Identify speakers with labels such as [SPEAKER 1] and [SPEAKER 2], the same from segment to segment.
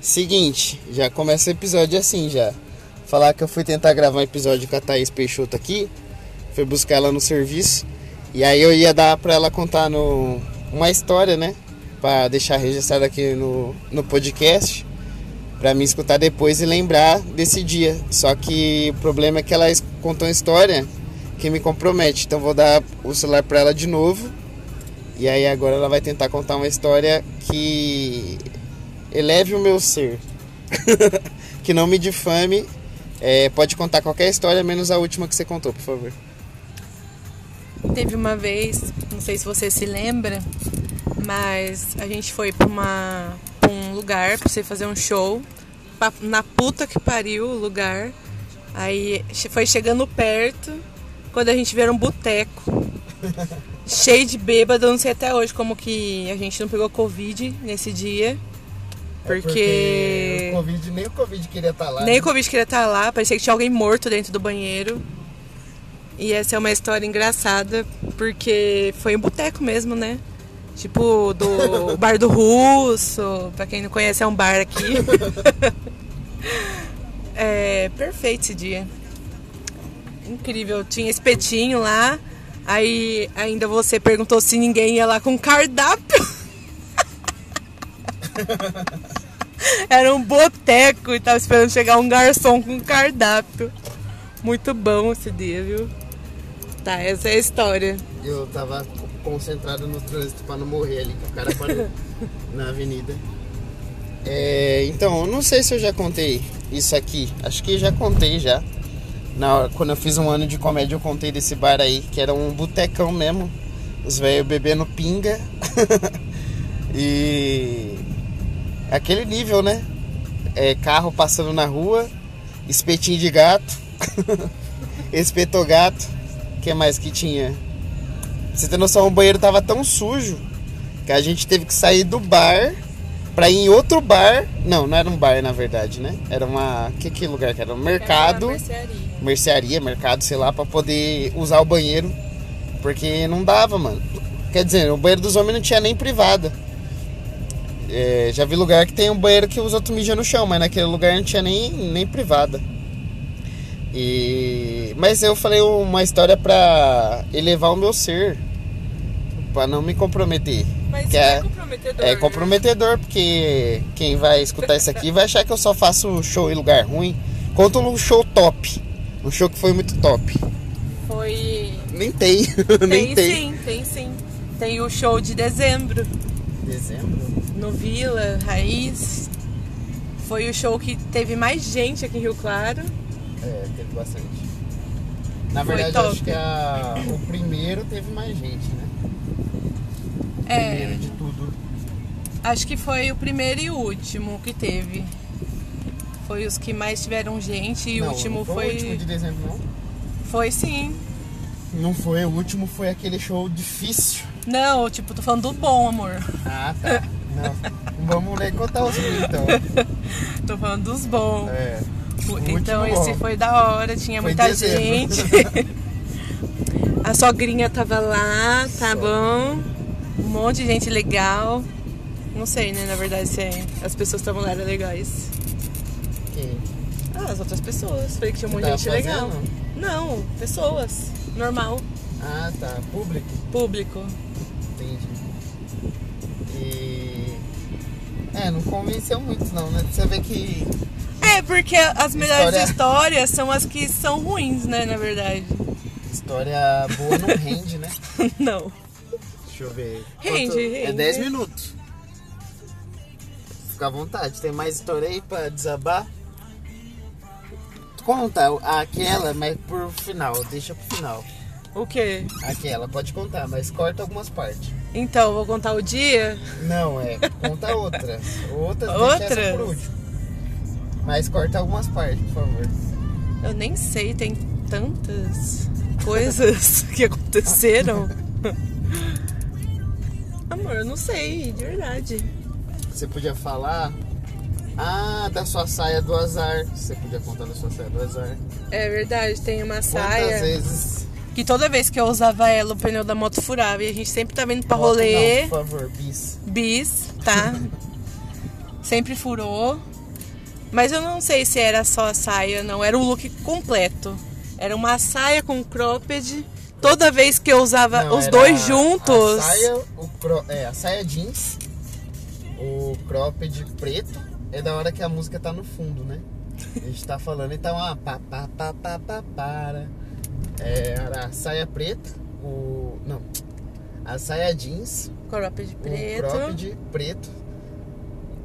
[SPEAKER 1] Seguinte, já começa o episódio assim já. Falar que eu fui tentar gravar um episódio com a Thaís Peixoto aqui, fui buscar ela no serviço, e aí eu ia dar pra ela contar no, uma história, né? Pra deixar registrado aqui no, no podcast, pra me escutar depois e lembrar desse dia. Só que o problema é que ela es- contou uma história que me compromete, então vou dar o celular pra ela de novo. E aí agora ela vai tentar contar uma história que eleve o meu ser. que não me difame. É, pode contar qualquer história, menos a última que você contou, por favor.
[SPEAKER 2] Teve uma vez, não sei se você se lembra, mas a gente foi pra, uma, pra um lugar pra você fazer um show. pa- Na puta que pariu o lugar. Aí che- foi chegando perto, quando a gente vira um boteco. cheio de bêbado, eu não sei até hoje como que a gente não pegou Covid nesse dia. Porque.
[SPEAKER 1] Covid, nem É o Covid queria estar lá. né?
[SPEAKER 2] Nem o Covid queria estar lá, parecia que tinha alguém morto dentro do banheiro. E essa é uma história engraçada, porque foi um boteco mesmo, né? Tipo, do Bar do Russo, pra quem não conhece, é um bar aqui. é perfeito esse dia. Incrível, tinha espetinho lá. Aí ainda você perguntou se ninguém ia lá com cardápio. Era um boteco e tava esperando chegar um garçom com cardápio. Muito bom esse dia, viu? Tá, essa é a história.
[SPEAKER 1] Eu tava concentrado no trânsito pra não morrer ali, que o cara parou na avenida. É, então, eu não sei se eu já contei isso aqui. Acho que já contei já. Na hora, quando eu fiz um ano de comédia, eu contei desse bar aí, que era um botecão mesmo. Os velhos bebendo pinga. e. Aquele nível, né? É, carro passando na rua, espetinho de gato, espetogato. O que mais que tinha? Você tem noção, o banheiro tava tão sujo que a gente teve que sair do bar pra ir em outro bar. Não, não era um bar na verdade, né? Era uma. Que, que lugar que era? Um
[SPEAKER 2] É
[SPEAKER 1] mercado mercearia, mercado, sei lá, pra poder usar o banheiro, porque não dava, mano. Quer dizer, o banheiro dos homens não tinha nem privada. É, já vi lugar que tem um banheiro que os outros mijam no chão, mas naquele lugar não tinha nem, nem privada. E... Mas eu falei um, uma história pra elevar o meu ser, pra não me comprometer.
[SPEAKER 2] Mas isso
[SPEAKER 1] Que é-
[SPEAKER 2] é comprometedor.
[SPEAKER 1] é
[SPEAKER 2] né?
[SPEAKER 1] comprometedor, porque quem vai escutar isso aqui vai achar que eu só faço show em lugar ruim. Conta um show top. Um show que foi muito top.
[SPEAKER 2] Foi.
[SPEAKER 1] Nem tem.
[SPEAKER 2] Tem,
[SPEAKER 1] Nem tem.
[SPEAKER 2] sim, tem sim. Tem o show de dezembro
[SPEAKER 1] Dezembro?
[SPEAKER 2] no Vila, Raiz. Foi o show que teve mais gente aqui em Rio Claro.
[SPEAKER 1] É, teve bastante. Na
[SPEAKER 2] Foi
[SPEAKER 1] verdade,
[SPEAKER 2] top.
[SPEAKER 1] acho que a- o primeiro teve mais gente, né? O
[SPEAKER 2] É,
[SPEAKER 1] Primeiro de tudo.
[SPEAKER 2] acho que foi o primeiro e o último que teve. Foi os que mais tiveram gente e
[SPEAKER 1] Não,
[SPEAKER 2] o último
[SPEAKER 1] não foi, o último de dezembro, não?
[SPEAKER 2] Foi sim.
[SPEAKER 1] Não foi, o último foi aquele show difícil.
[SPEAKER 2] Não, tipo, tô falando do bom, amor.
[SPEAKER 1] Ah, tá. Não. Vamos nem contar os mil, então.
[SPEAKER 2] Tô falando dos bons.
[SPEAKER 1] É. o
[SPEAKER 2] então
[SPEAKER 1] último
[SPEAKER 2] esse
[SPEAKER 1] bom.
[SPEAKER 2] foi da hora, tinha
[SPEAKER 1] Foi em
[SPEAKER 2] muita
[SPEAKER 1] dezembro.
[SPEAKER 2] gente. A sogrinha tava lá, tá bom. Um monte de gente legal. Não sei, né, na verdade, se as pessoas que estavam lá eram legais.
[SPEAKER 1] Quem?
[SPEAKER 2] Ah, as outras pessoas. Falei que tinha um monte de
[SPEAKER 1] Tava
[SPEAKER 2] gente legal.
[SPEAKER 1] fazendo?
[SPEAKER 2] Não, pessoas. Normal.
[SPEAKER 1] Ah, tá. Público.
[SPEAKER 2] Público.
[SPEAKER 1] Entendi. E. É, não convenceu muito não, né? Você vê que.
[SPEAKER 2] É, porque as melhores
[SPEAKER 1] História-
[SPEAKER 2] histórias são as que são ruins, né, na verdade.
[SPEAKER 1] História boa não rende, né?
[SPEAKER 2] Não.
[SPEAKER 1] Deixa eu ver.
[SPEAKER 2] Rende,
[SPEAKER 1] É
[SPEAKER 2] rende.
[SPEAKER 1] 10 minutos. Fica à vontade. Tem mais história aí pra desabar? Conta aquela, mas por final, deixa pro final.
[SPEAKER 2] O quê?
[SPEAKER 1] Aquela, pode contar, mas corta algumas partes.
[SPEAKER 2] Então, vou contar o dia.
[SPEAKER 1] Não, é. Conta outras. Outras, deixa essa por
[SPEAKER 2] Outras?
[SPEAKER 1] último. Mas corta algumas partes, por favor.
[SPEAKER 2] Eu nem sei, tem tantas coisas que aconteceram. Amor, eu não sei, de verdade.
[SPEAKER 1] Você podia falar. Ah, da sua saia do azar. Você podia contar da sua saia do azar.
[SPEAKER 2] É verdade, tem uma
[SPEAKER 1] Quantas
[SPEAKER 2] saia
[SPEAKER 1] vezes.
[SPEAKER 2] que toda vez que eu usava ela, o pneu da moto furava. E a gente sempre tá indo pra
[SPEAKER 1] Moto
[SPEAKER 2] rolê,
[SPEAKER 1] Não, por favor, bis.
[SPEAKER 2] bis, tá? sempre furou. Mas eu não sei se era só a saia, não. Era o look completo. Era uma saia com cropped. Toda vez que eu usava
[SPEAKER 1] Não,
[SPEAKER 2] os
[SPEAKER 1] era
[SPEAKER 2] dois
[SPEAKER 1] a-
[SPEAKER 2] juntos.
[SPEAKER 1] A saia, o cro- é, a saia jeans, o cropped preto. É da hora que a música tá no fundo, né? A gente tá falando, então, ah, pá, pá, pá, pá, pá, para. É, era a saia preta, o. Não. A saia jeans,
[SPEAKER 2] Cropped preto.
[SPEAKER 1] o cropped preto.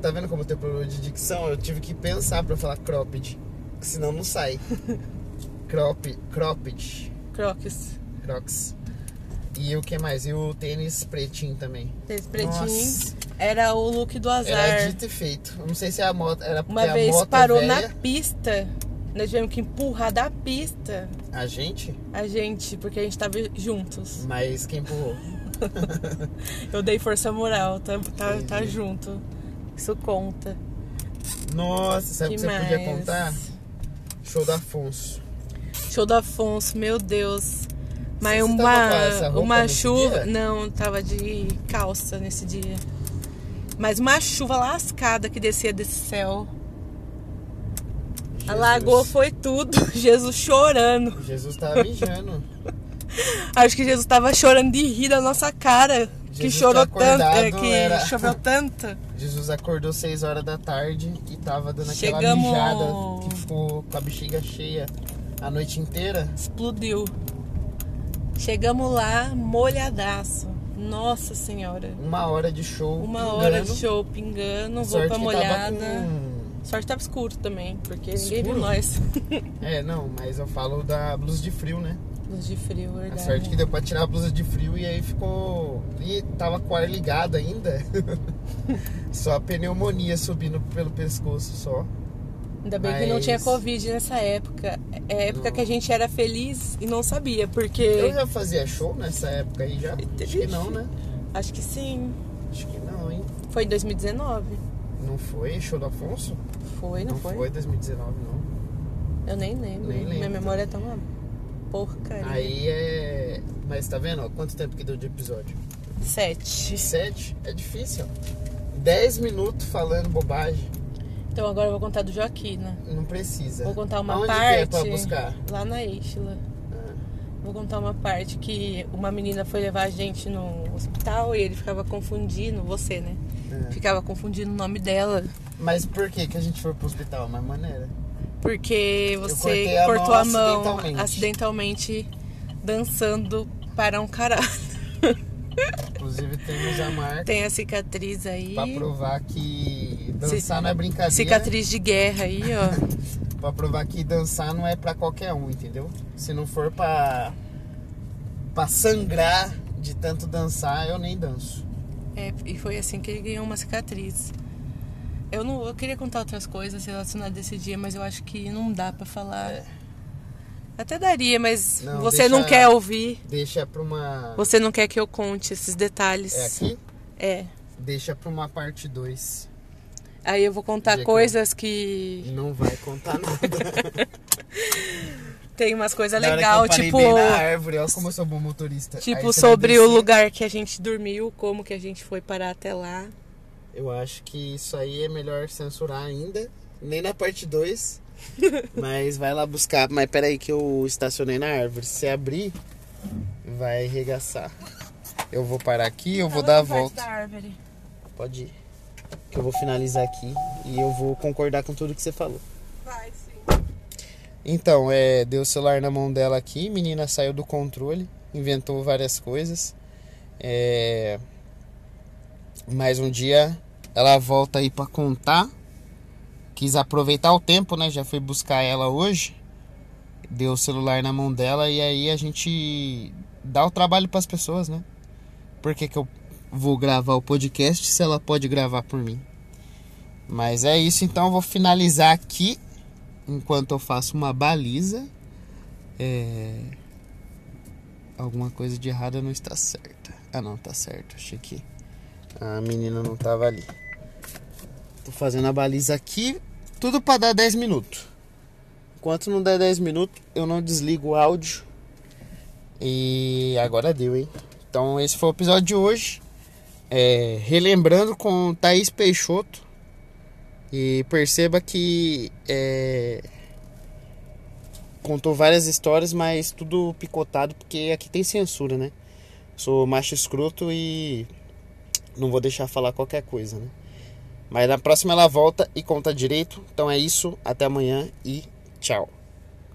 [SPEAKER 1] Tá vendo como eu tenho problema de dicção? Eu tive que pensar pra falar cropped, que senão não sai. Crop, cropped.
[SPEAKER 2] Crocs.
[SPEAKER 1] Crocs. E o que mais? E o tênis pretinho também.
[SPEAKER 2] Tênis pretinho.
[SPEAKER 1] Nossa.
[SPEAKER 2] Era o look do azar.
[SPEAKER 1] Era dito e feito. Eu não sei se a moto era porque
[SPEAKER 2] Uma
[SPEAKER 1] a
[SPEAKER 2] vez
[SPEAKER 1] moto
[SPEAKER 2] parou
[SPEAKER 1] é
[SPEAKER 2] na
[SPEAKER 1] velha.
[SPEAKER 2] pista. Nós tivemos que empurrar da pista
[SPEAKER 1] A gente?
[SPEAKER 2] a gente, porque a gente tava juntos.
[SPEAKER 1] Mas quem empurrou?
[SPEAKER 2] Eu dei força moral, tá, tá, tá
[SPEAKER 1] Entendi.
[SPEAKER 2] junto. Isso conta.
[SPEAKER 1] Nossa, sabe o que você
[SPEAKER 2] mais?
[SPEAKER 1] podia contar? Show do Afonso.
[SPEAKER 2] Show do Afonso, meu Deus. Mas
[SPEAKER 1] Você
[SPEAKER 2] uma,
[SPEAKER 1] tava com essa roupa
[SPEAKER 2] uma
[SPEAKER 1] nesse
[SPEAKER 2] chuva.
[SPEAKER 1] dia?
[SPEAKER 2] Não, tava de calça nesse dia. Mas uma chuva lascada que descia desse céu. Ah,
[SPEAKER 1] Jesus.
[SPEAKER 2] Alagou, foi tudo. Jesus chorando.
[SPEAKER 1] Jesus tava mijando.
[SPEAKER 2] Acho que Jesus tava chorando de rir da nossa cara. que
[SPEAKER 1] Jesus
[SPEAKER 2] chorou
[SPEAKER 1] tá
[SPEAKER 2] tanto, é,
[SPEAKER 1] acordado,
[SPEAKER 2] que
[SPEAKER 1] era-
[SPEAKER 2] choveu tanto.
[SPEAKER 1] Jesus acordou 6 horas da tarde e tava dando aquela
[SPEAKER 2] Chegamos.
[SPEAKER 1] mijada que ficou com a bexiga cheia a noite inteira.
[SPEAKER 2] Explodiu. Chegamos lá, molhadaço. Nossa senhora.
[SPEAKER 1] Uma hora de show.
[SPEAKER 2] Uma
[SPEAKER 1] pingando.
[SPEAKER 2] hora de show pingando,
[SPEAKER 1] Sorte
[SPEAKER 2] roupa
[SPEAKER 1] que
[SPEAKER 2] molhada.
[SPEAKER 1] Tava com...
[SPEAKER 2] Sorte tava escuro também, porque ninguém viu
[SPEAKER 1] Escuro?
[SPEAKER 2] nós.
[SPEAKER 1] É, não, mas eu falo da blusa de frio, né?
[SPEAKER 2] Luz de frio,
[SPEAKER 1] A
[SPEAKER 2] verdade.
[SPEAKER 1] sorte que deu pra tirar a blusa de frio e aí ficou. E tava com o ar ligado ainda. só a pneumonia subindo pelo pescoço só.
[SPEAKER 2] Ainda bem que não
[SPEAKER 1] Mas-
[SPEAKER 2] tinha Covid nessa época. É época
[SPEAKER 1] Não.
[SPEAKER 2] que a gente era feliz e não sabia, porque.
[SPEAKER 1] Eu já fazia show nessa época aí já? Acho que não, né?
[SPEAKER 2] Acho que sim.
[SPEAKER 1] Acho que não, hein?
[SPEAKER 2] Foi em 2019.
[SPEAKER 1] Não foi show do Afonso?
[SPEAKER 2] Foi, não,
[SPEAKER 1] foi? 2019, não.
[SPEAKER 2] Eu nem lembro.
[SPEAKER 1] Nem lembro.
[SPEAKER 2] Minha memória tá uma porcaria.
[SPEAKER 1] Aí é. Mas tá vendo, ó, quanto tempo que deu de episódio?
[SPEAKER 2] Sete.
[SPEAKER 1] Sete? É difícil, ó. Dez minutos falando bobagem.
[SPEAKER 2] Então agora eu vou contar do Joaquina.
[SPEAKER 1] Não precisa.
[SPEAKER 2] Vou contar uma
[SPEAKER 1] Aonde
[SPEAKER 2] parte.
[SPEAKER 1] que é pra buscar?
[SPEAKER 2] Lá na Eixla.
[SPEAKER 1] Ah.
[SPEAKER 2] Vou contar uma parte que uma menina foi levar a gente no hospital e ele ficava confundindo, você, né?
[SPEAKER 1] É.
[SPEAKER 2] Ficava confundindo o nome dela.
[SPEAKER 1] Mas por que que a gente foi pro hospital? É Uma maneira.
[SPEAKER 2] Porque você
[SPEAKER 1] cortei a
[SPEAKER 2] cortou
[SPEAKER 1] mão
[SPEAKER 2] a mão
[SPEAKER 1] acidentalmente.
[SPEAKER 2] acidentalmente dançando para um caralho.
[SPEAKER 1] Inclusive temos a marca
[SPEAKER 2] Tem a cicatriz aí.
[SPEAKER 1] pra provar que dançar
[SPEAKER 2] Ci-
[SPEAKER 1] não é brincadeira.
[SPEAKER 2] Cicatriz de guerra aí, ó.
[SPEAKER 1] Pra provar que dançar não é pra qualquer um, entendeu? Se não for pra, pra sangrar de tanto dançar, eu nem danço.
[SPEAKER 2] É, e foi assim que ele ganhou uma cicatriz. Eu não, eu queria contar outras coisas relacionadas a esse dia, mas eu acho que não dá pra falar.
[SPEAKER 1] É.
[SPEAKER 2] Até daria, mas
[SPEAKER 1] Não,
[SPEAKER 2] você não
[SPEAKER 1] deixa-
[SPEAKER 2] quer ouvir.
[SPEAKER 1] Deixa pra uma.
[SPEAKER 2] Você não quer que eu conte esses detalhes.
[SPEAKER 1] É aqui?
[SPEAKER 2] É.
[SPEAKER 1] Deixa pra uma parte 2.
[SPEAKER 2] Aí eu vou
[SPEAKER 1] Dia que
[SPEAKER 2] contar
[SPEAKER 1] eu-
[SPEAKER 2] coisas que
[SPEAKER 1] Não vai contar nada.
[SPEAKER 2] tem umas coisas
[SPEAKER 1] Na hora que
[SPEAKER 2] legal,
[SPEAKER 1] eu parei
[SPEAKER 2] tipo
[SPEAKER 1] bem na árvore, olha como eu sou bom motorista. Aí
[SPEAKER 2] tipo
[SPEAKER 1] você vai
[SPEAKER 2] sobre o
[SPEAKER 1] descer.
[SPEAKER 2] lugar que a gente dormiu, como que a gente foi parar até lá.
[SPEAKER 1] Eu acho que isso aí é melhor censurar ainda. Nem na parte 2. mas vai lá buscar. Mas peraí que eu estacionei na árvore. Se abrir, vai arregaçar. Eu vou parar aqui, eu vou dar a volta. Pode ir. Que eu vou finalizar aqui e eu vou concordar com tudo que você falou.
[SPEAKER 2] Vai, sim.
[SPEAKER 1] Então, é, deu o celular na mão dela aqui, menina saiu do controle, inventou várias coisas. É, mais um dia ela volta aí pra contar. Quis aproveitar o tempo, né? Já fui buscar ela hoje. Deu o celular na mão dela e aí a gente dá o trabalho pras pessoas, né? Por que, que eu vou gravar o podcast se ela pode gravar por mim? Mas é isso, então eu vou finalizar aqui enquanto eu faço uma baliza, é, alguma coisa de errada não está certa. Ah, não, tá certo. Achei que a menina não tava ali. Tô fazendo a baliza aqui, tudo para dar 10 minutos. Enquanto não der 10 minutos, eu não desligo o áudio. E agora deu, hein? Então esse foi o episódio de hoje. É, relembrando com Thaís Peixoto E perceba que é, contou várias histórias, mas tudo picotado, porque aqui tem censura, né? Sou macho escroto e não vou deixar falar qualquer coisa, né? Mas na próxima ela volta e conta direito. Então é isso, até amanhã e tchau.